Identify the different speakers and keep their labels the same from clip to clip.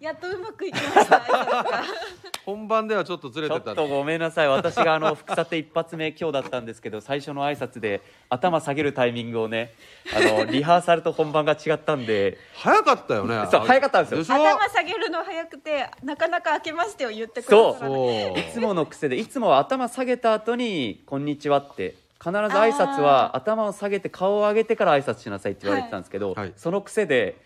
Speaker 1: やっとうまくいきま した。
Speaker 2: 本番ではちょっとずれ
Speaker 3: ちょ
Speaker 2: て
Speaker 3: ったとごめんなさい私があの副査定一発目今日だったんですけど最初の挨拶で頭下げるタイミングをねあのリハーサルと本番が違ったんで
Speaker 2: 早かったよね
Speaker 3: そう早かったんですよ
Speaker 2: しょ
Speaker 1: 頭下げるの早くてなかなか開けましてを言ってくださらない。
Speaker 2: そう
Speaker 3: いつもの癖でいつもは頭下げた後に「こんにちは」って必ず挨拶は頭を下げて顔を上げてから挨拶しなさいって言われてたんですけど、
Speaker 2: はいはい
Speaker 3: その癖で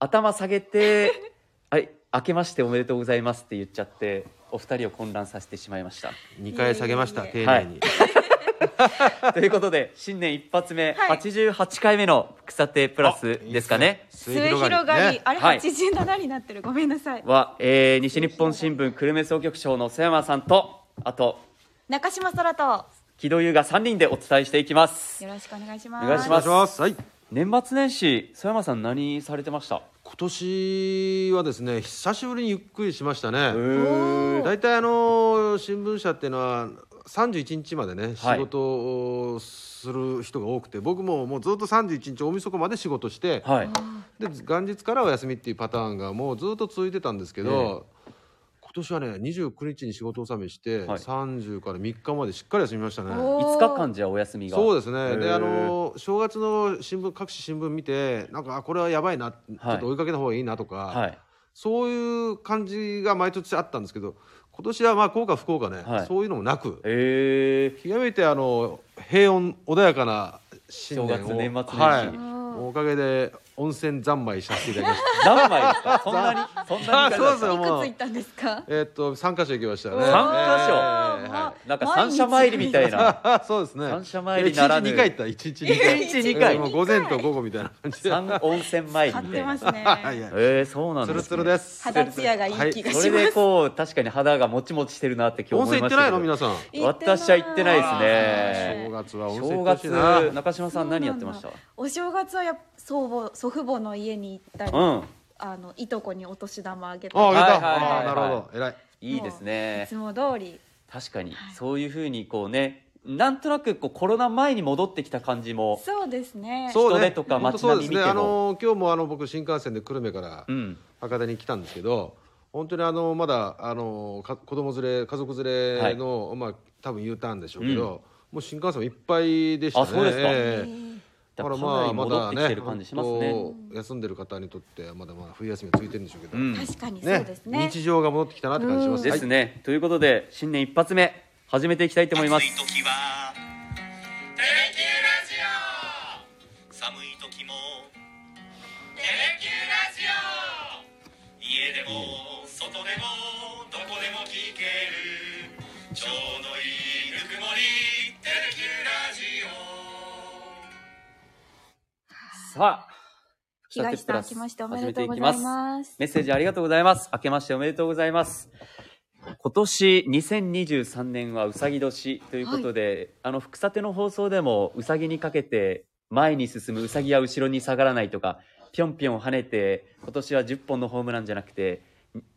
Speaker 3: 頭下げて 「はい明けましておめでとうございます」って言っちゃってお二人を混乱させてしまいました。
Speaker 2: 二回下げました
Speaker 1: いえい
Speaker 2: 丁
Speaker 1: え
Speaker 3: い
Speaker 2: 寧
Speaker 3: え
Speaker 2: に
Speaker 3: ということで新年一発目、
Speaker 1: はい
Speaker 3: 88回目の「草手プラス」ですかね。
Speaker 2: 末
Speaker 1: 末広がり、
Speaker 2: ね
Speaker 1: あれ
Speaker 3: はい
Speaker 1: 八十七になってる。ごめんなさい。
Speaker 3: は、えー西日本新聞久留米総局長の瀬山さんとあと
Speaker 1: 中島空とよ
Speaker 3: 木戸優が3人でお伝えしていきます。
Speaker 1: ろしくお願いします。
Speaker 3: お願いし
Speaker 2: お願
Speaker 3: ま
Speaker 2: い
Speaker 3: す
Speaker 2: しますはい
Speaker 3: 年末年始曽山さん何されてました
Speaker 2: 今年はですね久しぶりにゆっくりしました
Speaker 3: へ
Speaker 2: ね
Speaker 3: ー
Speaker 2: 大体あのー新聞社っていうのは31日までね
Speaker 3: はい
Speaker 2: 仕事をする人が多くて、僕ももうずっと31日大晦日まで仕事して、
Speaker 3: はい
Speaker 2: で元日からお休みっていうパターンがもうずっと続いてたんですけど、今年はね29日に仕事納めして、
Speaker 3: はい
Speaker 2: 30から3日までしっかり休みましたね。
Speaker 1: おー
Speaker 3: 5日間じゃお休みが
Speaker 2: そう
Speaker 3: で
Speaker 2: ですね
Speaker 3: へ
Speaker 2: で
Speaker 3: ー
Speaker 2: あの正月の新聞各紙新聞見てなんかあこれはやばいな、ちょっと追いかけた方がいいなとか、
Speaker 3: はい
Speaker 2: そういう感じが毎年あったんですけど今年はまあ効果不幸かね、
Speaker 3: はい
Speaker 2: そういうのもなく
Speaker 3: えー、
Speaker 2: 極めてあの平穏穏やかな新年を
Speaker 3: 正月年末年始
Speaker 2: はい、おかげで温泉三昧させていただきました。
Speaker 3: 何枚ですかそんなにそんな
Speaker 2: あ
Speaker 3: に
Speaker 2: そうですよ
Speaker 1: い
Speaker 2: も
Speaker 1: く
Speaker 2: う
Speaker 1: つ行ったんですか。
Speaker 2: えーっと三箇所行きましたね。
Speaker 3: 三箇所
Speaker 2: えーはい
Speaker 3: なんか三社参りみたいな
Speaker 2: あそうですね。
Speaker 3: 三社参りならぬ
Speaker 2: 一日二回行った一日二回。
Speaker 3: 一日二回
Speaker 2: もう午前と午後みたいな感じで。
Speaker 3: 三温泉参り
Speaker 1: 買っ
Speaker 3: みた
Speaker 1: て
Speaker 3: いな
Speaker 1: ますね。
Speaker 2: はいはい。
Speaker 3: えー、そうなん
Speaker 2: つ
Speaker 3: です、
Speaker 2: る
Speaker 3: ね、
Speaker 2: つるです。
Speaker 1: 肌ツヤがいい気がしま
Speaker 3: そ
Speaker 1: す。
Speaker 3: れでこう確かに肌がもちもちしてるなって今日
Speaker 2: 温
Speaker 3: 思い
Speaker 2: 泉行
Speaker 3: ま
Speaker 2: っない
Speaker 3: してたけど
Speaker 2: の皆さん。
Speaker 1: いな
Speaker 3: 私は行ってないです
Speaker 1: あ
Speaker 3: ね
Speaker 2: 正月は温泉行ってほ
Speaker 3: 正
Speaker 2: し
Speaker 3: 月
Speaker 2: いな。
Speaker 3: 中島さん何やってました
Speaker 1: お正月はやっぱ祖母祖父母の家に行ったり、
Speaker 3: うん
Speaker 1: あのいとこにお年玉あげた
Speaker 2: ああ
Speaker 1: り
Speaker 2: げた。
Speaker 3: はいはいはい
Speaker 2: ああなるほど偉い。
Speaker 3: いいですね
Speaker 1: いつも通り
Speaker 3: 確かに、そういうふうにこうねなんとなくこうコロナ前に戻ってきた感じも
Speaker 1: そうですね
Speaker 3: そう人出とか街
Speaker 2: 本
Speaker 3: 並み見ても
Speaker 2: 当そうですねあの今日もあの僕新幹線で久留米から
Speaker 3: うん
Speaker 2: 博多に来たんですけど本当にあのまだあのか子供連れ家族連れの、まあ多分 U ターンでしょうけど、もう新幹線もいっぱいでしたね
Speaker 3: あそうですか
Speaker 2: ええ
Speaker 3: だ
Speaker 2: だ
Speaker 3: か
Speaker 2: からら
Speaker 3: ま
Speaker 2: ま
Speaker 3: あ
Speaker 2: あ
Speaker 3: ま
Speaker 2: ま
Speaker 3: だ
Speaker 2: だ
Speaker 3: ね戻ってきて
Speaker 2: ね
Speaker 3: る感じしますね
Speaker 2: 本当休んでる方にとってはまだまだ冬休みはついてるんでしょうけど、
Speaker 3: うん
Speaker 1: 確かにそう
Speaker 2: ね
Speaker 1: ですね
Speaker 2: 日常が戻ってきたなって感じします、
Speaker 3: ですね、ということで新年一発目始めていきたいと思います
Speaker 4: 暑い時は「テレキューラジオ」寒い時も「テレキューラジオ」家でも外でもどこでも聞けるちょうどいいぬくもり「テレキューラジオ」
Speaker 3: さあ
Speaker 1: 被害者
Speaker 3: プ
Speaker 1: 明
Speaker 3: ラ
Speaker 1: け
Speaker 3: ス
Speaker 1: ましておめ
Speaker 3: 始
Speaker 1: で
Speaker 3: め
Speaker 1: と
Speaker 3: て
Speaker 1: う
Speaker 3: い
Speaker 1: ご
Speaker 3: き
Speaker 1: ざ
Speaker 3: ま
Speaker 1: い
Speaker 3: す
Speaker 1: ます
Speaker 3: メッセージありがとうございます明けましておめでとうございます今年2023年はうさぎ年ということで、あの福さての放送でもうさぎにかけて前に進むうさぎは後ろに下がらないとかぴょんぴょん跳ねて今年は10本のホームランじゃなくて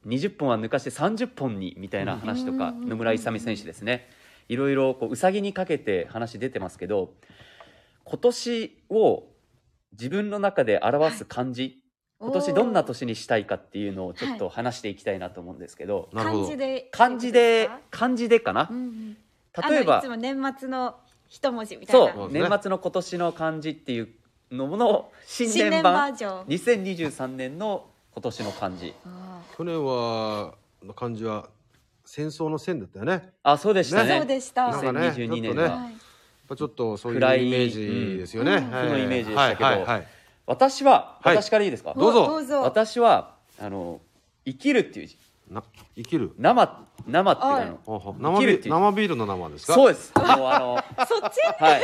Speaker 3: に20本は抜かして30本にみたいな話とか
Speaker 1: うん
Speaker 3: 野村勇選手ですねいろいろこううさぎにかけて話出てますけど今年を自分の中で表す漢字、今年どんな年にしたいかっていうのをちょっと話していきたいなと思うんですけど、
Speaker 2: なるほ
Speaker 1: 漢
Speaker 2: ど
Speaker 1: 字で
Speaker 3: 漢字で漢字でかな、
Speaker 1: うんうん
Speaker 3: 例え
Speaker 1: あ
Speaker 3: ば
Speaker 1: のいつも年末の一文字みたいな
Speaker 3: そう
Speaker 2: うですね
Speaker 3: 年末の今年の漢字っていうのものを新
Speaker 1: 新
Speaker 3: 年
Speaker 1: 年バ
Speaker 3: 版
Speaker 1: ージョン
Speaker 3: 2023年の今年の漢字
Speaker 1: あ
Speaker 2: 去年はの感じは戦争の線だったよねやっ
Speaker 3: あそうでした
Speaker 1: ー
Speaker 3: ね
Speaker 1: そうでした
Speaker 2: なんかねちょっと
Speaker 3: 2022
Speaker 2: ね
Speaker 3: 年は、
Speaker 1: はい
Speaker 2: ぱちょっとそういうイメ
Speaker 3: 暗い
Speaker 2: ージですよね、
Speaker 1: うん
Speaker 2: はい
Speaker 3: 負のイメージでしたけど
Speaker 2: はいはいはい
Speaker 3: 私は
Speaker 2: はい
Speaker 3: 私からいいですか、
Speaker 2: どうぞ
Speaker 1: おどうぞ
Speaker 3: 私はあの生きるっていう字
Speaker 2: な生きる
Speaker 3: 生生っていうあの
Speaker 2: ほうほう生
Speaker 3: 生き
Speaker 2: ビ
Speaker 3: るっ
Speaker 2: ー
Speaker 3: て
Speaker 2: ル
Speaker 3: いう
Speaker 2: 生ビールの生ですか
Speaker 3: そうですもうあの
Speaker 1: そっち
Speaker 3: はい、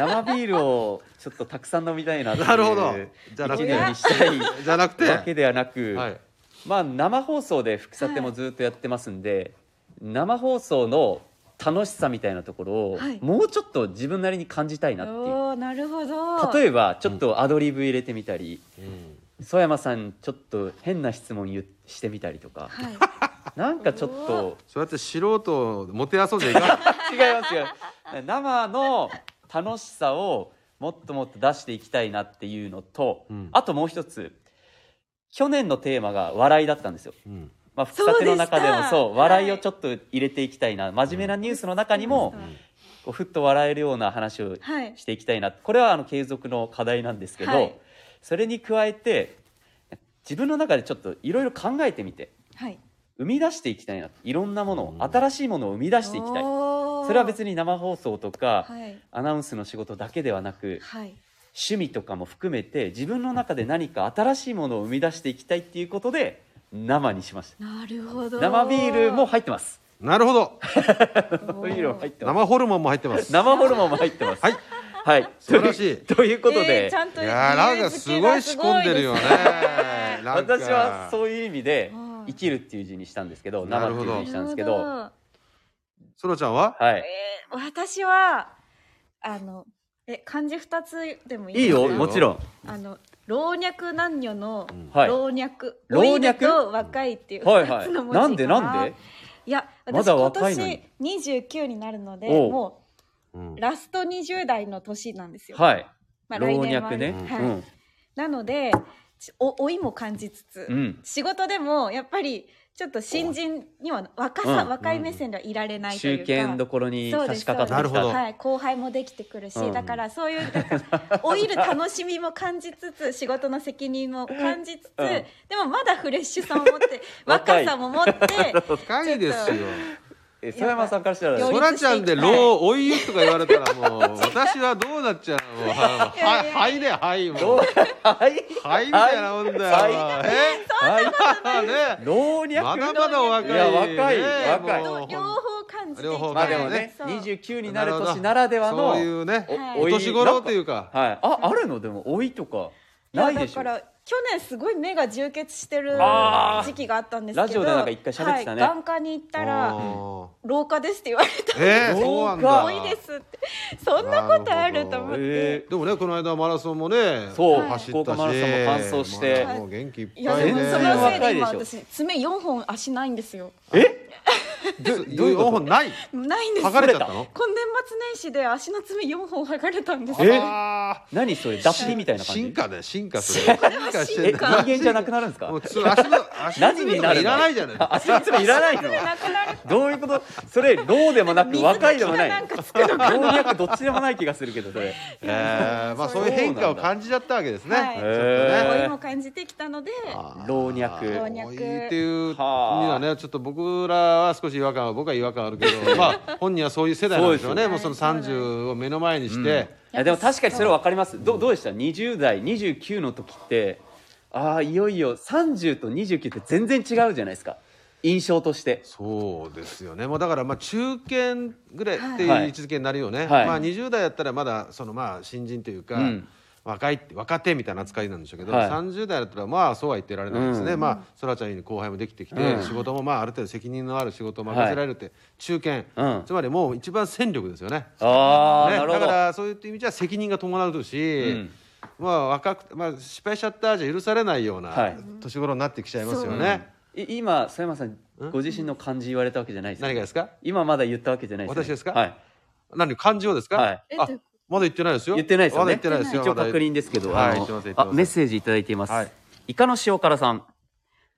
Speaker 3: 生ビールをちょっとたくさん飲みたいなっていう
Speaker 2: なるほどじゃなく
Speaker 3: 一
Speaker 2: て
Speaker 3: 年にしたい
Speaker 2: じゃなくて
Speaker 3: わけではなく、
Speaker 2: はい
Speaker 3: まあ生放送で「福さて」もずっとやってますんで、生放送の楽しさみたいなところを、
Speaker 1: はい
Speaker 3: もうちょっと自分なりに感じたいなっていう
Speaker 1: おーなるほどえ
Speaker 3: 例えばちょっとアドリブ入れてみたり
Speaker 2: うん
Speaker 3: 曽山さんちょっと変な質問言してみたりとか
Speaker 1: ば、はい
Speaker 3: なんかちょっと
Speaker 2: そうやって素人をもてあそんでいかない
Speaker 3: 違います違います生の楽しさをもっともっと出していきたいなっていうのと、
Speaker 2: うん
Speaker 3: あともう一つ去年のテーマが笑いだったんですよ。
Speaker 2: うん
Speaker 3: まあ、福さての中で
Speaker 1: そう
Speaker 3: も
Speaker 1: でした
Speaker 3: そう、笑い
Speaker 1: は
Speaker 3: を
Speaker 1: い
Speaker 3: ちょっと入れていきたいな、真面目なニュースの中にも
Speaker 1: うん、
Speaker 3: こうふっと笑えるような話を
Speaker 1: はい
Speaker 3: していきたいな。これはあの継続の課題なんですけど、
Speaker 1: はい
Speaker 3: それに加えて、自分の中でちょっといろいろ考えてみて、
Speaker 1: はい
Speaker 3: 生み出していきたいな。いろんなものを
Speaker 2: う、ん
Speaker 3: 新しいものを生み出していきたい。そ
Speaker 1: そ
Speaker 3: れは別
Speaker 1: に
Speaker 3: に生放送とか、
Speaker 1: はい
Speaker 3: アナウンスの仕事だけではなく、
Speaker 1: はい
Speaker 3: 趣味とかも含めて自分の中で何か新しいものを生み出していきたいっていうことで生にしまし
Speaker 1: なるほ
Speaker 3: た
Speaker 1: ど
Speaker 3: 生ビールも入ってます
Speaker 2: なるほ
Speaker 1: お
Speaker 2: ど
Speaker 3: 生ビールも入ってます
Speaker 2: 生ホルモンも入ってます
Speaker 3: 生ホルモンも入ってます
Speaker 2: はい、
Speaker 3: はい、
Speaker 2: 素晴らしい
Speaker 3: ということ
Speaker 1: えー
Speaker 3: で
Speaker 1: ち、ゃんと
Speaker 2: いやーなんかすごい仕込んでるよねなんか
Speaker 3: 私はそういう意味で
Speaker 1: は
Speaker 3: 「
Speaker 1: い
Speaker 3: 生きる」っていう字にしたんですけど
Speaker 2: な
Speaker 3: 生
Speaker 2: る
Speaker 3: ってい
Speaker 2: ほど
Speaker 3: う字
Speaker 1: 理
Speaker 3: にしたんですけど
Speaker 2: そらちゃんは
Speaker 3: は
Speaker 1: え
Speaker 3: い
Speaker 1: ー私はあのえ漢字二つでもいい
Speaker 3: いい
Speaker 1: ですか
Speaker 3: よもちろん
Speaker 1: あの老若男女の
Speaker 2: ん
Speaker 3: はい
Speaker 1: 老若、
Speaker 3: 老若
Speaker 1: 老若と若いっていう
Speaker 3: はい
Speaker 1: 二
Speaker 3: は
Speaker 1: つ
Speaker 3: い
Speaker 1: の文字かな、
Speaker 3: なんでなんで
Speaker 1: いや私、
Speaker 3: まだ
Speaker 1: 今
Speaker 3: 若いのに
Speaker 1: 年29になるので
Speaker 3: おう
Speaker 1: も
Speaker 2: うん
Speaker 1: うラスト20代の年なんですよ、
Speaker 3: はい
Speaker 1: まあ、
Speaker 3: 老
Speaker 1: 来年は
Speaker 3: 若ね
Speaker 1: はいなのでちお老いも感じつつ、
Speaker 3: うんうん
Speaker 1: 仕事でもやっぱりちょっと新人には若さ、
Speaker 3: うん
Speaker 1: 若い目線ではいられないという
Speaker 3: 中
Speaker 1: か
Speaker 3: 堅どころに
Speaker 1: そう
Speaker 3: 差
Speaker 1: です
Speaker 3: し掛かってき
Speaker 2: そうですなるほど
Speaker 3: た
Speaker 1: はい、後輩もできてくるし、
Speaker 3: うん
Speaker 1: だからそういうなんか老いる楽しみも感じつつ仕事の責任も感じつつ、
Speaker 3: うん
Speaker 1: でもまだフレッシュさを持って
Speaker 3: 若い
Speaker 1: 若さも持って
Speaker 2: 深いですよ
Speaker 3: え曽山さんからしたら
Speaker 1: やっぱ
Speaker 2: そらちゃんで老おいとか言われたらもう私はどうなっちゃうのははいではいもう
Speaker 3: はい
Speaker 2: はいみたいなもんだよえね
Speaker 3: 老若
Speaker 2: まだまだお若い
Speaker 3: いや若い
Speaker 2: ね
Speaker 3: 若い
Speaker 2: もう
Speaker 1: 両方感じていき
Speaker 2: 両方
Speaker 3: ま
Speaker 1: た
Speaker 3: あ
Speaker 1: い
Speaker 3: で
Speaker 2: ね
Speaker 3: もね
Speaker 1: そう
Speaker 3: 29になる年ならではの
Speaker 2: そういうね
Speaker 1: はい
Speaker 2: お年頃というか
Speaker 3: はいああるのでも老いとかないでしょ
Speaker 1: やだから去年すごい目が充血してる
Speaker 3: あー
Speaker 1: 時期があったんですけど
Speaker 3: ラジオでなんか一回喋ってたね
Speaker 1: はい、眼科に行った
Speaker 2: あ
Speaker 1: ら
Speaker 2: ー
Speaker 1: 老化ですって言われた
Speaker 2: えー、そうな んだ
Speaker 1: 多いですってそんなことあると思って、
Speaker 3: え
Speaker 2: でもねこの間マラソンもね
Speaker 3: そう
Speaker 1: はい
Speaker 2: 走ったし
Speaker 3: 福岡マラソンも完走して
Speaker 2: まあもう元気いっ
Speaker 1: いや
Speaker 2: ぱ
Speaker 1: で
Speaker 2: い
Speaker 1: も
Speaker 2: ね
Speaker 1: そのせいで
Speaker 3: 若いでし
Speaker 1: 今
Speaker 3: ょ
Speaker 1: 私爪4本足ないんですよ
Speaker 2: どう
Speaker 3: どういうこと
Speaker 2: 本ない
Speaker 1: ないんです
Speaker 2: 剥
Speaker 1: よ
Speaker 2: が
Speaker 1: 今
Speaker 2: れちゃったの
Speaker 1: 年末年始で足の爪4本剥がれたんですよ
Speaker 3: え
Speaker 2: あ
Speaker 3: ー何それ脱皮みたい
Speaker 2: ー
Speaker 3: な感じ
Speaker 2: 進化だよ進化する 進化して
Speaker 3: え
Speaker 2: ん
Speaker 3: 人
Speaker 2: だよ
Speaker 3: 間じゃなくなるんですか
Speaker 2: もうつ足の足の
Speaker 3: 何
Speaker 2: 爪
Speaker 3: に
Speaker 2: と
Speaker 3: な
Speaker 2: か
Speaker 3: るの
Speaker 2: いらないじゃない
Speaker 3: あ足の爪いらないの
Speaker 1: なくなる
Speaker 3: どういうことそれ老でもなく
Speaker 1: 水
Speaker 3: 若いでもな
Speaker 1: 気がなん
Speaker 3: い
Speaker 1: かつく
Speaker 3: 老若どっちでもない気がするけどそれ
Speaker 2: えー、まあそういう変化を感じちゃったわけですね、
Speaker 1: はい
Speaker 2: ちょっとね
Speaker 3: へ
Speaker 1: 老いも感じてきたので
Speaker 2: あー
Speaker 3: 老若
Speaker 1: 老若
Speaker 2: 老いっていうにはねちょっと僕らは少し違和感は僕は違和感ある けどまあ本人はそういう世代なんでしょうね
Speaker 1: そう
Speaker 2: も
Speaker 1: で
Speaker 2: う
Speaker 1: す
Speaker 2: そ
Speaker 1: よ
Speaker 2: の30を目の前にして、
Speaker 3: いやでも確かにそれ分かりますどどうでした20代29の時ってああいよいよ30と29って全然違うじゃないですか印象として
Speaker 2: そうですよねもうだからまあ中堅ぐらいっていう
Speaker 3: はい
Speaker 2: 位置づけになるよね、
Speaker 3: はい
Speaker 2: まあ、20代だったらまだそのまあ新人というか、
Speaker 3: うん
Speaker 2: 若いって若手みたいな扱いなんでしょうけど、
Speaker 3: はい
Speaker 2: 30代だったらまあそうは言ってられないですね、まあそらちゃんように後輩もできてきて、
Speaker 3: うん
Speaker 2: 仕事もまあある程度責任のある仕事を任せられるって、中堅、
Speaker 3: うん
Speaker 2: つまりもう一番戦力ですよね。
Speaker 3: ああ、
Speaker 2: ね、
Speaker 3: なるほ
Speaker 2: だか
Speaker 3: ど
Speaker 2: らそういう意味じゃ責任が伴うし、
Speaker 3: うん
Speaker 2: まあ若くまあ、失敗しちゃったじゃ許されないような、
Speaker 3: はい
Speaker 2: 年頃になってきちゃいますよね。
Speaker 3: い今佐山さんご自身の漢字言われたわけじゃないです
Speaker 2: 何がですか
Speaker 3: 今まだ言ったわけじゃないです、ね、
Speaker 2: 私ですか
Speaker 3: はい
Speaker 2: 何漢字をですか、
Speaker 3: はい
Speaker 1: え
Speaker 2: あ
Speaker 1: どういうこ
Speaker 2: まだ言ってないですよ
Speaker 3: 言ってないですよね
Speaker 2: まだ言ってないですよ
Speaker 3: 一応確認ですけど、
Speaker 2: はい
Speaker 3: あの
Speaker 2: 言ってます言って
Speaker 3: あ
Speaker 2: ます
Speaker 3: メッセージいただいています、
Speaker 2: はい
Speaker 3: イカの塩辛さん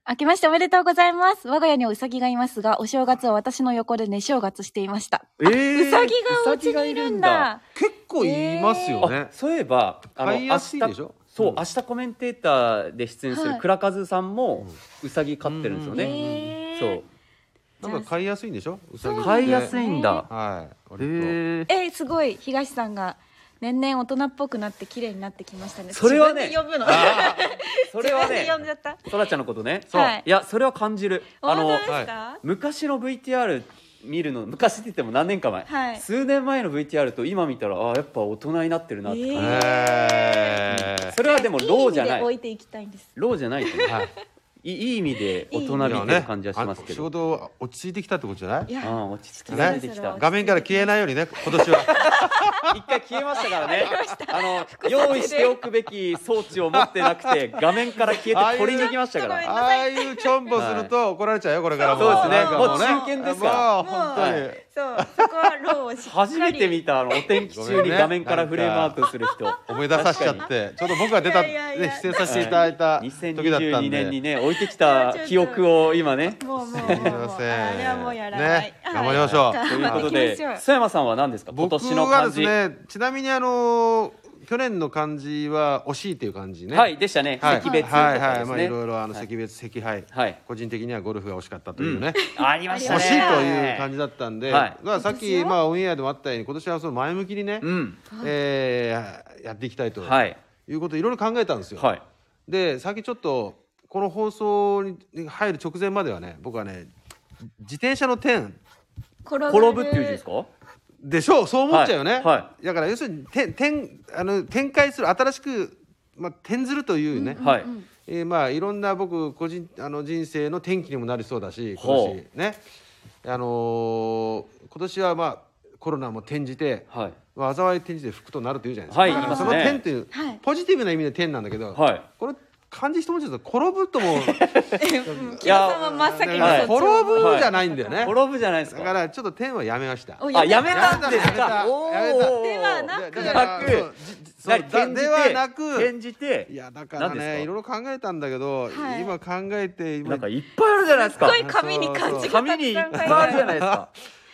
Speaker 5: 明けましておめでとうございます。我が家にはウサギがいますが、お正月は私の横で寝正月していました。
Speaker 3: えー
Speaker 1: うさぎがお家にいるんだ
Speaker 2: 結構言いますよ
Speaker 3: あ
Speaker 2: ね、
Speaker 3: そういえばあの
Speaker 2: 買いやすいでしょ
Speaker 3: 明日そう、
Speaker 2: うん
Speaker 3: 明日コメンテーターで出演する倉和さんもうさぎ飼ってるんですよね、
Speaker 1: へー
Speaker 3: そう
Speaker 2: なんか買いやすいんでしょうさぎって
Speaker 3: 買いやすいんだ
Speaker 2: はい
Speaker 3: へ
Speaker 2: 割
Speaker 3: ー
Speaker 1: えーすごい東さんが年々大人っぽくなって綺麗になってきましたね
Speaker 3: それはね
Speaker 1: 自分で呼ぶの
Speaker 3: それは
Speaker 1: 自分
Speaker 3: ね
Speaker 1: で呼んじゃった
Speaker 3: そらちゃんのことね
Speaker 1: そうはい
Speaker 3: いやそれは感じるあ
Speaker 1: 本
Speaker 3: の
Speaker 1: 当ですか、
Speaker 3: 昔の VTR 見るの昔って言っても何年か前、
Speaker 1: はい
Speaker 3: 数年前の VTR と今見たらあーやっぱ大人になってるなって感じ、
Speaker 2: と
Speaker 1: え
Speaker 2: へー
Speaker 3: それはでも老じゃ
Speaker 1: いい意
Speaker 3: な
Speaker 1: 味で置
Speaker 3: い
Speaker 1: いていきたいんです
Speaker 3: 老じゃないと思う
Speaker 2: はい
Speaker 3: いいい意味で大人びてる感じはしますけ
Speaker 2: 仕
Speaker 3: ど。
Speaker 2: 事落ち着いてきたってことじゃない
Speaker 1: い
Speaker 3: あ
Speaker 1: や
Speaker 3: あ落ち着き
Speaker 2: ね
Speaker 3: 出てきた。
Speaker 2: 画面から消えないようにね今年は
Speaker 3: 一回消えましたからね。あの用意しておくべき装置を持ってなくて 画面から消
Speaker 2: ああ
Speaker 3: え
Speaker 2: い
Speaker 3: て
Speaker 2: う
Speaker 3: 取りに行きましたか
Speaker 1: ちょっ
Speaker 3: ら。
Speaker 2: ああいうちょんぼすると怒られちゃうよこれからも
Speaker 3: そうですね
Speaker 2: なんか
Speaker 3: もう中堅ですか
Speaker 2: も
Speaker 3: ら
Speaker 2: う本当に、
Speaker 3: は
Speaker 1: そうそこはローをしっかり
Speaker 3: 初めて見たあのお天気中に画面からフレームアウトする人。
Speaker 2: 思い出させちゃってちょっと僕が出
Speaker 1: い
Speaker 2: た
Speaker 1: やいやいや
Speaker 2: ね出演させていただいた時だったん
Speaker 3: 2022年に
Speaker 2: で
Speaker 3: ね置いて きた記憶を今ね。
Speaker 1: もうもうもう
Speaker 2: すいません
Speaker 1: あれはもうやらない、
Speaker 2: ね頑張りましょう
Speaker 1: は
Speaker 3: というこ と
Speaker 1: 頑張って
Speaker 3: で
Speaker 1: いきましょう
Speaker 3: 須山さんは何ですか今
Speaker 2: 僕
Speaker 3: 年の漢
Speaker 2: はです
Speaker 3: 字。
Speaker 2: ねちなみにあの去年の漢字は惜しいっていう漢字ね
Speaker 3: はいでしたね。
Speaker 2: はい
Speaker 3: 席別と
Speaker 2: はい
Speaker 3: か
Speaker 2: は
Speaker 3: で
Speaker 2: い
Speaker 3: す
Speaker 2: まあい
Speaker 3: ね。
Speaker 2: ろいろあの席別惜敗
Speaker 3: はい。
Speaker 2: 個人的にはゴルフが惜しかったというね、
Speaker 3: ありましたね。
Speaker 2: 惜しいという感じだったんで、
Speaker 3: はい
Speaker 2: まあさっき、まあ、オンエアでもあったように今年はその前向きにね、
Speaker 3: うん。
Speaker 2: えーやっていきたいと、、
Speaker 3: はいい。
Speaker 2: うことをいろいろ考えたんですよ。
Speaker 3: はい。
Speaker 2: でさっきちょっとこの放送に入る直前まではね僕はね自転車の点
Speaker 3: 転ぶっていう字ですか。
Speaker 2: でしょうそう思っちゃうよね、
Speaker 3: はいは
Speaker 2: だから要するに点点あの展開する新しく、まあ、転ずるというね、
Speaker 3: はい。
Speaker 2: えーまあいろんな僕個人あの人生の転機にもなりそうだし今
Speaker 3: ほう
Speaker 2: 年ねあのー今年はまあコロナも転じて、
Speaker 3: はい。
Speaker 2: まあ災い転じて福となるというじゃないですか、
Speaker 3: はい
Speaker 2: だから
Speaker 3: 言います
Speaker 2: そ
Speaker 3: ね
Speaker 2: の転という、
Speaker 5: はい
Speaker 2: ポジティブな意味で転なんだけど、
Speaker 3: はい
Speaker 2: これ漢字一文字だと転ぶとも
Speaker 1: 木田さんは真っ先に
Speaker 3: は
Speaker 1: そっ
Speaker 3: い
Speaker 1: ちを思う
Speaker 2: 転ぶじゃないんだよね、
Speaker 3: 転ぶじゃないです
Speaker 2: だか
Speaker 3: か。
Speaker 2: らちょっと転はやめました
Speaker 1: お
Speaker 3: あ、やめ
Speaker 2: た
Speaker 3: たんです
Speaker 2: やめた
Speaker 3: か。お
Speaker 2: やめた
Speaker 3: ー
Speaker 1: ではな
Speaker 2: だ
Speaker 1: く
Speaker 2: だから
Speaker 3: なく
Speaker 2: そうじそう
Speaker 3: 何
Speaker 2: だではな
Speaker 3: 転
Speaker 2: く
Speaker 3: じて
Speaker 2: いやだから
Speaker 3: 何です
Speaker 2: ね
Speaker 3: か
Speaker 2: いろいろ考えたんだけど、
Speaker 1: はい
Speaker 2: 今考えて今
Speaker 3: なんかいっぱいあるじゃないです
Speaker 1: す
Speaker 3: か
Speaker 1: ごい紙に漢字がた
Speaker 3: 紙
Speaker 1: く
Speaker 3: にいっ
Speaker 1: さん書いて
Speaker 3: ぱい
Speaker 1: あ
Speaker 3: ある
Speaker 1: る
Speaker 3: じゃないですか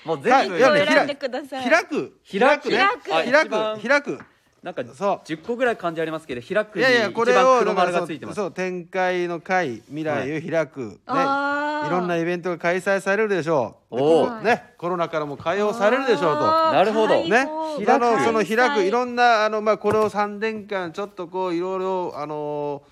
Speaker 3: もうぜ
Speaker 2: はい
Speaker 3: ひ
Speaker 1: 一個
Speaker 2: いや
Speaker 1: 選んでください
Speaker 2: 開く
Speaker 3: 開く
Speaker 2: ね
Speaker 3: 開く
Speaker 2: 開
Speaker 3: はい
Speaker 2: く開く
Speaker 3: なんか
Speaker 2: そう
Speaker 3: 10個ぐらい漢字ありますけど開く
Speaker 2: い
Speaker 3: に
Speaker 2: やいや
Speaker 3: 一
Speaker 2: こ
Speaker 3: 番
Speaker 2: れをだ
Speaker 3: 黒丸
Speaker 2: から
Speaker 3: が
Speaker 2: そう
Speaker 3: ついてます
Speaker 2: そう展開の会未来を開く、
Speaker 1: あー
Speaker 2: ねいろんなイベントが開催されるでしょうで
Speaker 3: おー
Speaker 2: こうねコロナからも解放されるでしょうと
Speaker 1: あー
Speaker 3: なるほど
Speaker 1: 開放
Speaker 2: ね、あのその開くいろ
Speaker 1: な、
Speaker 2: んなあの、まあ、これを3年間ちょっとこういろいろあの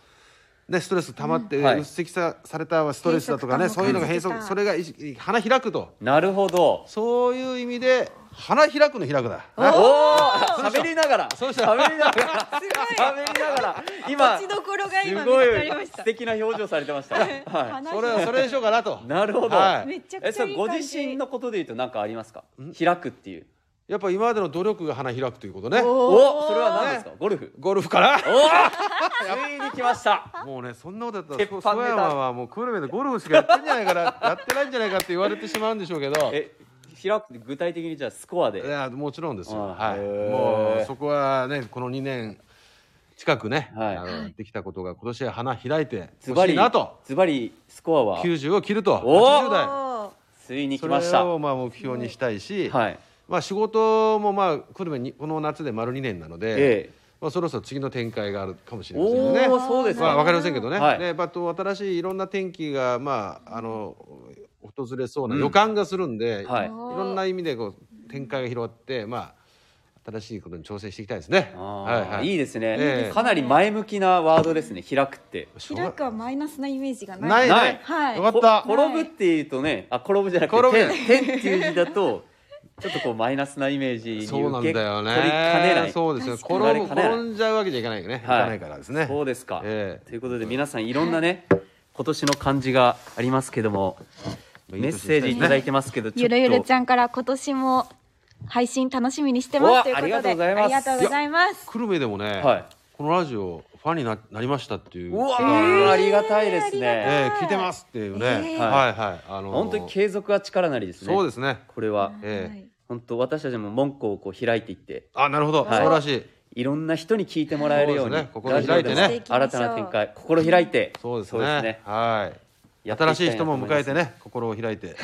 Speaker 2: ね、ストレス溜まって、う
Speaker 3: はい
Speaker 2: っせきさされたストレスだとかね
Speaker 1: 閉塞感も
Speaker 2: そういうのが閉
Speaker 1: 感
Speaker 2: 塞
Speaker 1: じてた
Speaker 2: それがいし花開くと
Speaker 3: なるほど
Speaker 2: そういう意味で花開くの開くだ
Speaker 3: おお喋りながら喋りながら喋りながら今
Speaker 1: 落ちどころが
Speaker 3: す
Speaker 1: 今見
Speaker 3: ご
Speaker 1: つかりま
Speaker 3: い
Speaker 1: し
Speaker 3: 素
Speaker 1: た。
Speaker 3: 敵な表情されてま したは
Speaker 1: 話
Speaker 2: それはそれでしょうかなと
Speaker 3: いなるほど
Speaker 2: はい
Speaker 1: めちゃ
Speaker 3: え
Speaker 1: くち
Speaker 3: そ
Speaker 1: ゃ
Speaker 3: れ
Speaker 1: いい
Speaker 3: ご
Speaker 1: 感
Speaker 3: 自
Speaker 1: じ。
Speaker 3: 身のことで言うと何かありますか開くっていう
Speaker 2: やっぱ今までの努力が花開くということね
Speaker 3: おそれは何ですかゴルフ
Speaker 2: ゴルフから
Speaker 3: おおついに来ました
Speaker 2: もうねそんなことやった
Speaker 3: 鉄
Speaker 2: ら
Speaker 3: 板ネタ
Speaker 2: そやまはもうクールメンでゴルフしかやってんじゃないからやってないんじゃないかって言われてしまうんでしょうけど
Speaker 3: え開くって具体的にじゃあスコアで
Speaker 2: いやもちろんですよ、
Speaker 3: あ
Speaker 2: はい、
Speaker 3: へー
Speaker 2: もうそこはねこの2年近くね、
Speaker 3: はい
Speaker 2: あのやってきたことが今年は花開いて
Speaker 3: ズ
Speaker 2: ほ
Speaker 3: バ
Speaker 2: しい
Speaker 3: リ
Speaker 2: なと
Speaker 3: ズバリスコアは
Speaker 2: 90を切ると
Speaker 3: おー
Speaker 2: 80代
Speaker 1: おー
Speaker 3: ついに
Speaker 2: そ
Speaker 3: 来ました
Speaker 2: れをまあ目標にしたいし、
Speaker 3: はい
Speaker 2: まあ、仕事もまあ久留米にこの夏で丸2年なので、
Speaker 3: ええ
Speaker 2: まあ、そろそろ次の展開があるかもしれませんよ
Speaker 3: お
Speaker 2: ね。
Speaker 3: おそうです
Speaker 2: まあ、
Speaker 3: か
Speaker 2: わかりませんけどね、
Speaker 3: はい
Speaker 2: でまあと新しいいろんな天気が、まあ、あの訪れそうな予感がするんで、
Speaker 3: んはい
Speaker 2: いろんな意味でこう展開が広がって、まあ、新しいことに挑戦していきたいですね。
Speaker 3: あー
Speaker 2: はい
Speaker 3: い
Speaker 2: い
Speaker 3: ですね、
Speaker 2: ええ
Speaker 3: かなり前向きなワードですね開くって
Speaker 2: しょうが
Speaker 1: 開くはマイナスなイメージがない。
Speaker 2: ない
Speaker 3: ない
Speaker 2: ね、
Speaker 1: はい
Speaker 2: よかった
Speaker 3: こ転ぶっていうとねあ転ぶじゃなくて
Speaker 2: 転ぶ
Speaker 3: 転転っていう字だと ちょっとこうマイナスなイメージに受け
Speaker 2: そうなんだよね
Speaker 3: 取りかねない
Speaker 2: そうですよ
Speaker 3: 取
Speaker 2: 転
Speaker 3: りかね
Speaker 2: ぶ転んじゃうわけじゃいけないよね、い、
Speaker 3: はい
Speaker 2: かないからですね
Speaker 3: そうですか、
Speaker 2: ええ
Speaker 3: ということで皆さんいろん なね、今年の漢字がありますけども
Speaker 2: いい年
Speaker 3: メッセージいただいてますけど、ちょっと
Speaker 5: ゆるゆるちゃんから今年も配信楽しみにして
Speaker 3: う
Speaker 5: ま
Speaker 3: わ
Speaker 5: すということで
Speaker 3: ありがとうございます
Speaker 5: ありがとうございます
Speaker 2: 久留米でもね、
Speaker 3: はい
Speaker 2: このラジオファンにななりましたっていう
Speaker 3: う
Speaker 2: 方
Speaker 3: わ
Speaker 2: が
Speaker 3: ーありがたいですね、
Speaker 2: ええ聞いてますっていうね、
Speaker 5: ええ
Speaker 2: はいはいあのー
Speaker 3: 本当に継続は力なりですね
Speaker 2: そうですね
Speaker 3: これは
Speaker 2: え
Speaker 5: は
Speaker 2: え
Speaker 5: い
Speaker 3: 本当私たちも門戸をこう開いていって
Speaker 2: あなるほど、
Speaker 3: はい
Speaker 2: 素晴らしい
Speaker 3: いろんな人に聞いてもらえるよう
Speaker 2: そう
Speaker 3: に
Speaker 2: ですね心開いてね
Speaker 3: ラジオでも新たな展開心開いて
Speaker 2: そうですねはい
Speaker 3: やって
Speaker 2: 新
Speaker 3: いきた
Speaker 2: し
Speaker 3: い
Speaker 2: い
Speaker 3: なと
Speaker 2: 人
Speaker 3: 思い
Speaker 2: も
Speaker 3: ます
Speaker 2: 迎えてね心を開いて、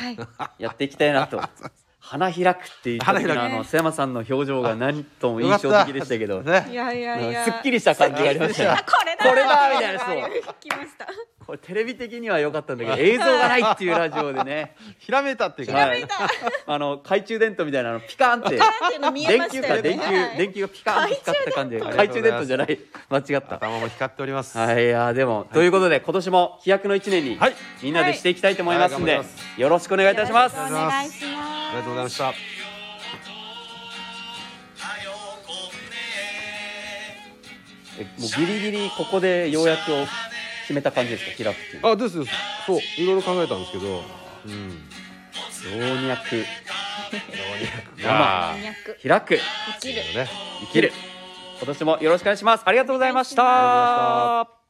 Speaker 3: やっていきたいなと 花開くっていう時
Speaker 2: 花開く
Speaker 3: のあの瀬山さんの表情が何とも印象的でしたけど
Speaker 2: よかった
Speaker 1: い
Speaker 2: ね
Speaker 1: やいやいや。
Speaker 3: すっきりした感じがありましたね
Speaker 1: あこれだ。
Speaker 3: これだみたいなそう
Speaker 1: そう。きました。
Speaker 3: これテレビ的には良かったんだけど映像がないっていうラジオでね
Speaker 2: ひらめいたっていうか、
Speaker 3: はいあの懐中電灯みたいなのピカーンって
Speaker 1: っていうの見えまし
Speaker 3: 電球
Speaker 1: た
Speaker 3: か
Speaker 1: よね。
Speaker 3: 電球
Speaker 1: はい
Speaker 3: 電球がピカーンって光った感じが
Speaker 2: 懐
Speaker 3: 懐
Speaker 2: 中
Speaker 3: 中
Speaker 2: 電
Speaker 3: 電
Speaker 2: 灯
Speaker 3: 灯じゃない間違った
Speaker 2: 頭も光っております、
Speaker 3: はい、いやーでも、ということで今年も飛躍の一年に、
Speaker 2: はい
Speaker 3: みんなでしていきたいと思いますんで、
Speaker 2: はい頑張り
Speaker 3: よろしくお願いいたします。
Speaker 1: よろしくお願いします
Speaker 2: ありがとうございました
Speaker 4: はよこんね
Speaker 3: えもうギリギリここでようやく決めた感じですか開くっていう
Speaker 2: あですですそういろいろ考えたんですけど、うん、
Speaker 3: 老若
Speaker 2: まあ
Speaker 1: 翻訳
Speaker 3: 開く
Speaker 1: 生きる
Speaker 2: ね
Speaker 3: 生きる今年もよろしくお願いしますありがとうございました